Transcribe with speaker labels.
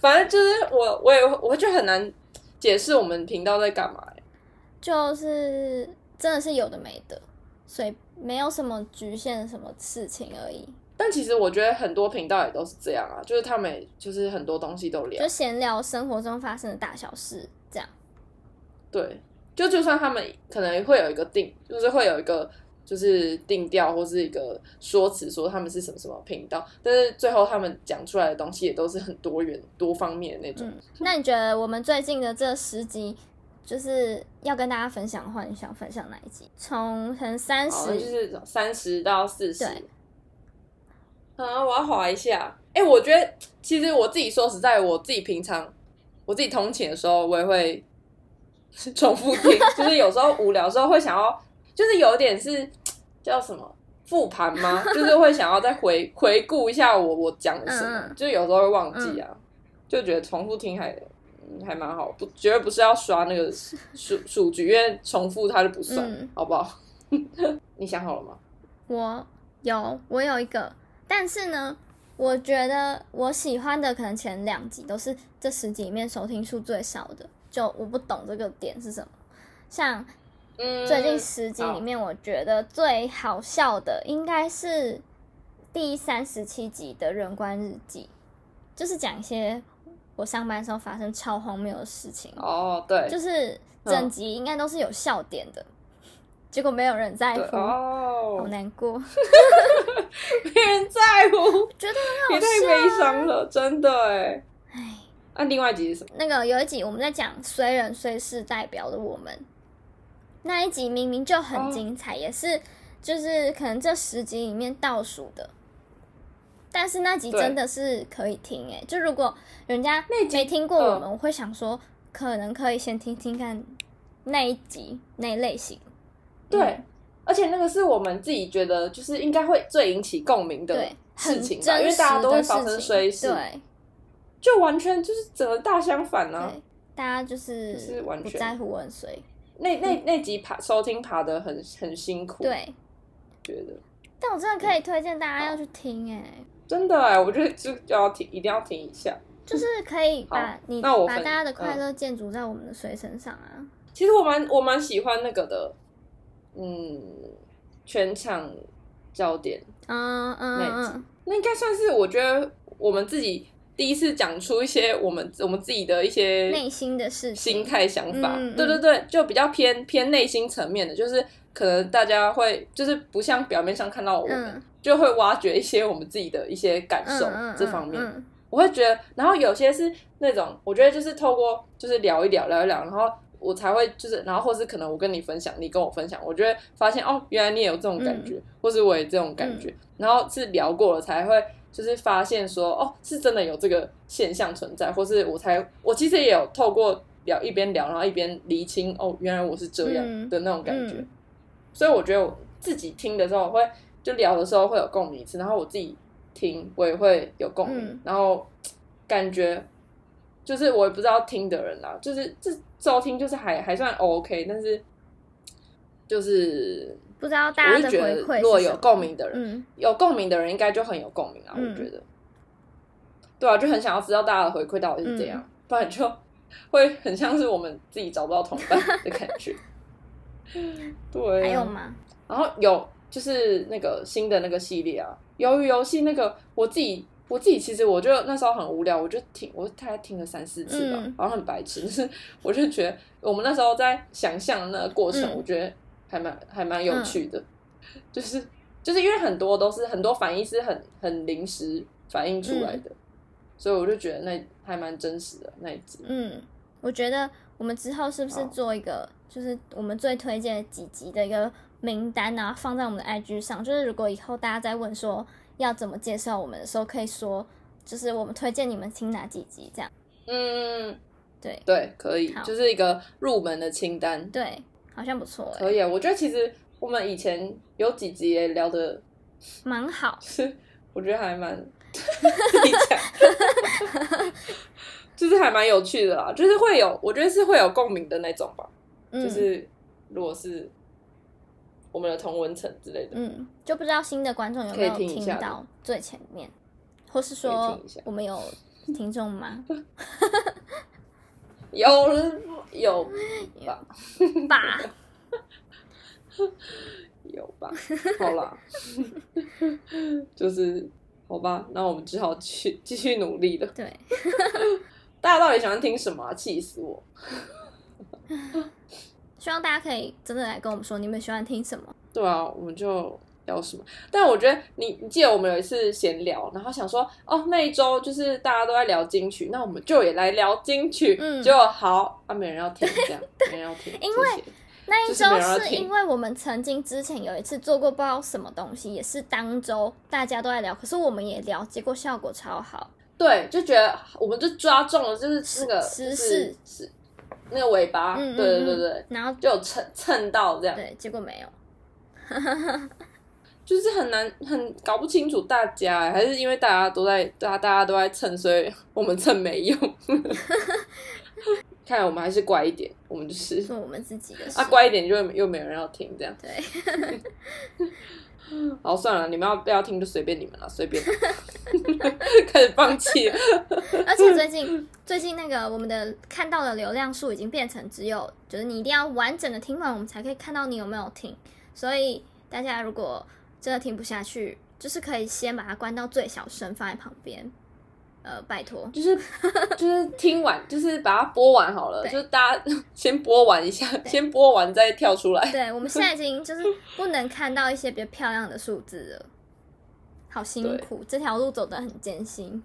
Speaker 1: 反正就是我，我也我就很难解释我们频道在干嘛、欸。
Speaker 2: 就是真的是有的没的，所以没有什么局限什么事情而已，
Speaker 1: 但其实我觉得很多频道也都是这样啊，就是他们也就是很多东西都聊
Speaker 2: 就，闲聊生活中发生的大小事这样。
Speaker 1: 对，就就算他们可能会有一个定，就是会有一个就是定调或是一个说辞，说他们是什么什么频道，但是最后他们讲出来的东西也都是很多元多方面的那种。
Speaker 2: 嗯，那你觉得我们最近的这十集，就是要跟大家分享的话，你想分享哪一集？从从三
Speaker 1: 好，啊那就
Speaker 2: 十，
Speaker 1: 是三十到四十
Speaker 2: 对。
Speaker 1: 啊，我要划一下。哎、我觉得其实我自己说实在，我自己平常我自己通勤的时候，我也会 重复 听，就是有时候无聊的时候会想要，就是有点是叫什么复盘吗？就是会想要再回回顾一下我我讲了什么，
Speaker 2: 嗯嗯
Speaker 1: 就有时候会忘记啊，就觉得重复听还。嗯还蛮好，不绝对不是要刷那个数数据，因为重复它就不算，
Speaker 2: 嗯
Speaker 1: 好不好？ 你想好了吗？
Speaker 2: 我有我有一个，但是呢，我觉得我喜欢的可能前两集都是这十集里面收听数最少的，就我不懂这个点是什么。像
Speaker 1: 嗯，
Speaker 2: 最近十集
Speaker 1: 好
Speaker 2: 里面，我觉得最好笑的应该是第三十七集的《人关日记》，就是讲一些我上班的时候发生超荒谬的事情，
Speaker 1: 哦，对，
Speaker 2: 就是整集应该都是有笑点的，结果没有人在
Speaker 1: 对
Speaker 2: 乎，好
Speaker 1: 哦，
Speaker 2: 难过，
Speaker 1: 没人在乎，
Speaker 2: 觉得
Speaker 1: 也太
Speaker 2: 啊
Speaker 1: 悲伤了，真的哎。
Speaker 2: 哎。
Speaker 1: 那、另外一集是什么？
Speaker 2: 那个有一集我们在讲虽人虽事代表的我们，那一集明明就很精
Speaker 1: 哦
Speaker 2: 彩，也是就是可能这十集里面倒数的，但是那集
Speaker 1: 对
Speaker 2: 真的是可以听诶、就如果人家
Speaker 1: 那集
Speaker 2: 没听过我们，
Speaker 1: 嗯
Speaker 2: 我会想说可能可以先听听看那一集那一类型，
Speaker 1: 对，而且那个是我们自己觉得就是应该会最引起共鸣的
Speaker 2: 对，
Speaker 1: 事
Speaker 2: 很
Speaker 1: 情
Speaker 2: 真
Speaker 1: 吧，因为
Speaker 2: 实
Speaker 1: 大家都会
Speaker 2: 的
Speaker 1: 发
Speaker 2: 事
Speaker 1: 生
Speaker 2: 情
Speaker 1: 衰事，
Speaker 2: 对
Speaker 1: 就完全就是整个大相反啊。
Speaker 2: 对，大家就
Speaker 1: 就是
Speaker 2: 是
Speaker 1: 完
Speaker 2: 不
Speaker 1: 全
Speaker 2: 在乎我很衰，
Speaker 1: 那那那集爬收听爬的很很辛苦，，
Speaker 2: 嗯对。
Speaker 1: 觉得嗯
Speaker 2: 但我真的可以推荐大家要去听哎、
Speaker 1: 真的哎，我觉得就要听，一定要听一下。
Speaker 2: 就是可以把
Speaker 1: 好
Speaker 2: 你
Speaker 1: 那我
Speaker 2: 把
Speaker 1: 分嗯
Speaker 2: 大家的快乐建筑在我们的水身上啊。
Speaker 1: 其实我蛮我蛮喜欢那个的，嗯，全场焦点
Speaker 2: 嗯
Speaker 1: 那一
Speaker 2: 嗯
Speaker 1: 那应该算是我觉得我们自己第一次讲出一些我们我们自己的一
Speaker 2: 嗯，
Speaker 1: 些
Speaker 2: 内心的事
Speaker 1: 心
Speaker 2: 情。
Speaker 1: 态想法，
Speaker 2: 嗯嗯
Speaker 1: 对对对，就比较偏偏内心层面的，就是可能大家会就是不像表面上看到我们，
Speaker 2: 嗯
Speaker 1: 就会挖掘一些我们自己的一些感
Speaker 2: 嗯
Speaker 1: 受、
Speaker 2: 嗯，
Speaker 1: 这方面，
Speaker 2: 嗯嗯
Speaker 1: 我会觉得，然后有些是那种我觉得就是透过就是聊一聊聊一聊，然后。我才会就是，然后或是可能我跟你分享，你跟我分享，我就会发现哦，原来你也有这种
Speaker 2: 嗯
Speaker 1: 感觉，或是我也这种感觉，然后是聊过了才会就是发现说哦，是真的有这个现象存在，或是我才我其实也有透过聊一边聊，然后一边厘清哦，原来我是这样
Speaker 2: 嗯
Speaker 1: 的那种感觉，
Speaker 2: 嗯
Speaker 1: 所以我觉得我自己听的时候我会就聊的时候会有共鸣一次，然后我自己听我也会有共鸣，
Speaker 2: 嗯
Speaker 1: 然后感觉就是我也不知道听的人啦，就是这收听就是还还算 OK，但是就是
Speaker 2: 不知道大
Speaker 1: 我
Speaker 2: 家
Speaker 1: 是
Speaker 2: 的
Speaker 1: 觉
Speaker 2: 回
Speaker 1: 得
Speaker 2: 馈是
Speaker 1: 如果有
Speaker 2: 什么
Speaker 1: 共鸣的人，
Speaker 2: 嗯，
Speaker 1: 有共鸣的人应该就很有共鸣啊，
Speaker 2: 嗯
Speaker 1: 我觉得。对啊，就很想要知道大家的回馈到底是怎
Speaker 2: 嗯
Speaker 1: 样，不然就会很像是我们自己找不到同伴的感 觉。对、啊，
Speaker 2: 还有吗？
Speaker 1: 然后有就是那个新的那个系列啊，鱿鱼游戏那个，我自己我自己其实我就那时候很无聊，我就听我大概听了三四次吧，
Speaker 2: 嗯
Speaker 1: 好像很白痴， 就是我就觉得我们那时候在想象那个过程，
Speaker 2: 嗯
Speaker 1: 我觉得还蛮还蛮有趣的，就是就是因为很多都是很多反应是很很临时反应出来的，
Speaker 2: 嗯
Speaker 1: 所以我就觉得那还蛮真实的那一集。
Speaker 2: 嗯，我觉得我们之后是不是
Speaker 1: 好
Speaker 2: 做一个，就是我们最推荐的几集的一个名单然后放在我们的 IG 上。就是如果以后大家在问说要怎么介绍我们的时候，可以说就是我们推荐你们听哪几集这样。
Speaker 1: 嗯，
Speaker 2: 对
Speaker 1: 对，可以，
Speaker 2: 好
Speaker 1: 就是一个入门的清单。
Speaker 2: 对，好像不错哎、
Speaker 1: 可以啊，我觉得其实我们以前有几集也聊的，
Speaker 2: 蛮好。
Speaker 1: 是 我觉得还蛮 自己讲， 就是还蛮有趣的啦，就是会有，我觉得是会有共鸣的那种吧，
Speaker 2: 嗯
Speaker 1: 就是如果是我们的同文层之类的，
Speaker 2: 嗯，就不知道新的观众有没有
Speaker 1: 可以听一
Speaker 2: 听
Speaker 1: 下的
Speaker 2: 到最前面，或是
Speaker 1: 可以
Speaker 2: 说
Speaker 1: 听一下
Speaker 2: 我们有听 众吗？
Speaker 1: 有人有吧
Speaker 2: 吧，
Speaker 1: 有吧，好啦， 就是好吧，那我们只好去继续努力了。
Speaker 2: 对，
Speaker 1: 大家到底喜欢听什么啊、气死我！
Speaker 2: 希望大家可以真的来跟我们说你们喜欢听什么。
Speaker 1: 对啊，我们就聊什么？但我觉得你，你记得我们有一次闲聊，然后想说，哦，那一周就是大家都在聊金曲，那我们就也来聊金曲。
Speaker 2: 嗯
Speaker 1: 结果好啊，没人要听，这样 没人要听，
Speaker 2: 因为
Speaker 1: 谢谢
Speaker 2: 那一
Speaker 1: 就是没
Speaker 2: 周
Speaker 1: 有要
Speaker 2: 是
Speaker 1: 听
Speaker 2: 因为我们曾经之前有一次做过不知道什么东西，也是当周大家都在聊，可是我们也聊，结果效果超好。
Speaker 1: 对，就觉得我们就抓中了，就是那个
Speaker 2: 时
Speaker 1: 就
Speaker 2: 事
Speaker 1: 是是那个尾巴，
Speaker 2: 嗯嗯
Speaker 1: 对对对
Speaker 2: 嗯
Speaker 1: 对，
Speaker 2: 然后
Speaker 1: 就有蹭蹭到这样，
Speaker 2: 对，结果没有。
Speaker 1: 就是很难很搞不清楚大家欸，还是因为大家都在大家大家都在蹭，所以我们蹭没用。 看来我们还是乖一点，我们 就是
Speaker 2: 做我们自己的事。
Speaker 1: 啊乖一点就又没有人要听这样。
Speaker 2: 对，
Speaker 1: 好算了，你们要不要听就随便你们了，随便。 开始放弃了，
Speaker 2: 而且最近最近那个我们的看到的流量数已经变成只有，就是你一定要完整的听完，我们才可以看到你有没有听。所以大家如果真的听不下去，就是可以先把它关到最小声，放在旁边。呃，拜托，
Speaker 1: 就是就是听完，就是把它播完好了，
Speaker 2: 对
Speaker 1: 就是大家 先播完一下，先播完再跳出来。
Speaker 2: 对我们现在已经就是不能看到一些比较漂亮的数字了，好辛苦，这条路走得很艰辛。